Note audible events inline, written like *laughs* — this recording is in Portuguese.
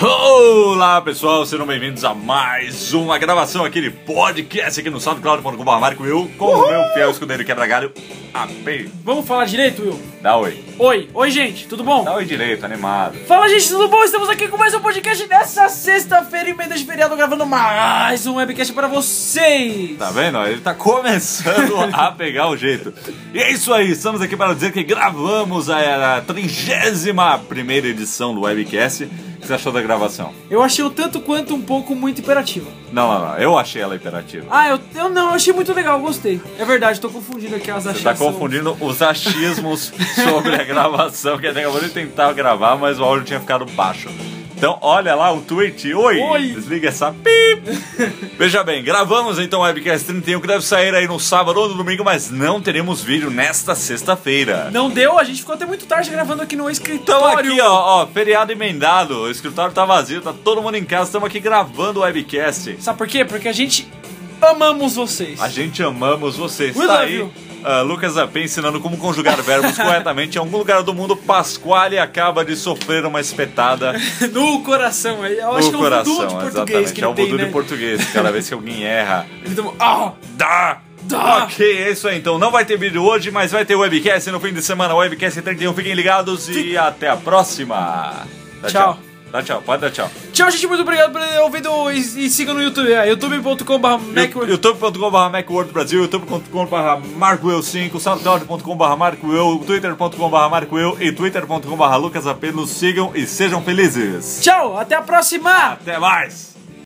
Olá pessoal, sejam bem-vindos a mais uma gravação aqui de podcast aqui no SoundCloud.com.br Marco eu com o meu fiel escudeiro quebra-galho, AP. Vamos falar direito, Will? Dá oi. Oi, oi gente, tudo bom? Dá oi direito, animado. Fala gente, tudo bom? Estamos aqui com mais um podcast nessa sexta-feira em meio de feriado gravando mais um webcast para vocês. Tá vendo? Ele tá começando a pegar o jeito. E é isso aí, estamos aqui para dizer que gravamos a 31 edição do webcast. O que você achou da gravação? Eu achei o tanto quanto um pouco muito imperativa. Não, não, não. Eu achei ela imperativa. Ah, eu, eu não, eu achei muito legal, gostei. É verdade, tô confundindo aqui as Você tá achações. confundindo os achismos sobre a *laughs* gravação, que a gente acabou de tentar gravar, mas o áudio tinha ficado baixo. Então, olha lá o tweet. Oi! Oi. Desliga essa pip! Veja bem, gravamos então o Webcast 31, que deve sair aí no sábado ou no domingo, mas não teremos vídeo nesta sexta-feira. Não deu, a gente ficou até muito tarde gravando aqui Então no escritório. aqui, ó, ó, feriado emendado, o escritório tá vazio, tá todo mundo em casa, estamos aqui gravando o Webcast. Sabe por quê? Porque a gente amamos vocês. *laughs* A gente amamos vocês. We tá love aí. you. ah, Lucas AP ensinando como conjugar *laughs* verbos corretamente. Em algum lugar do mundo, Pasquale acaba de sofrer uma espetada no coração, eu acho que no é um voodoo coração. de português Exatamente. É que ele o voodoo tem, de né? português. Cada vez que alguém erra. Ele toma- Ah! Dá! *laughs* Dá! Ok, é isso aí então. Não vai ter vídeo hoje, mas vai ter webcast no fim de semana. Webcast 31. Fiquem ligados e até a próxima. Dá Tchau. Dá tchau. Pode dar tchau. Tchau, gente. Muito obrigado por ter ouvido e, e siga no YouTube. É, youtube.com.br. youtube.com.br Macworld Brasil, youtube.com.br MarcoEu5, soundcloud.com.br MarcoEu, twitter.com.br MarcoEu e twitter.com.br LucasAP. Nos sigam e sejam felizes. Tchau, até a próxima! Até mais!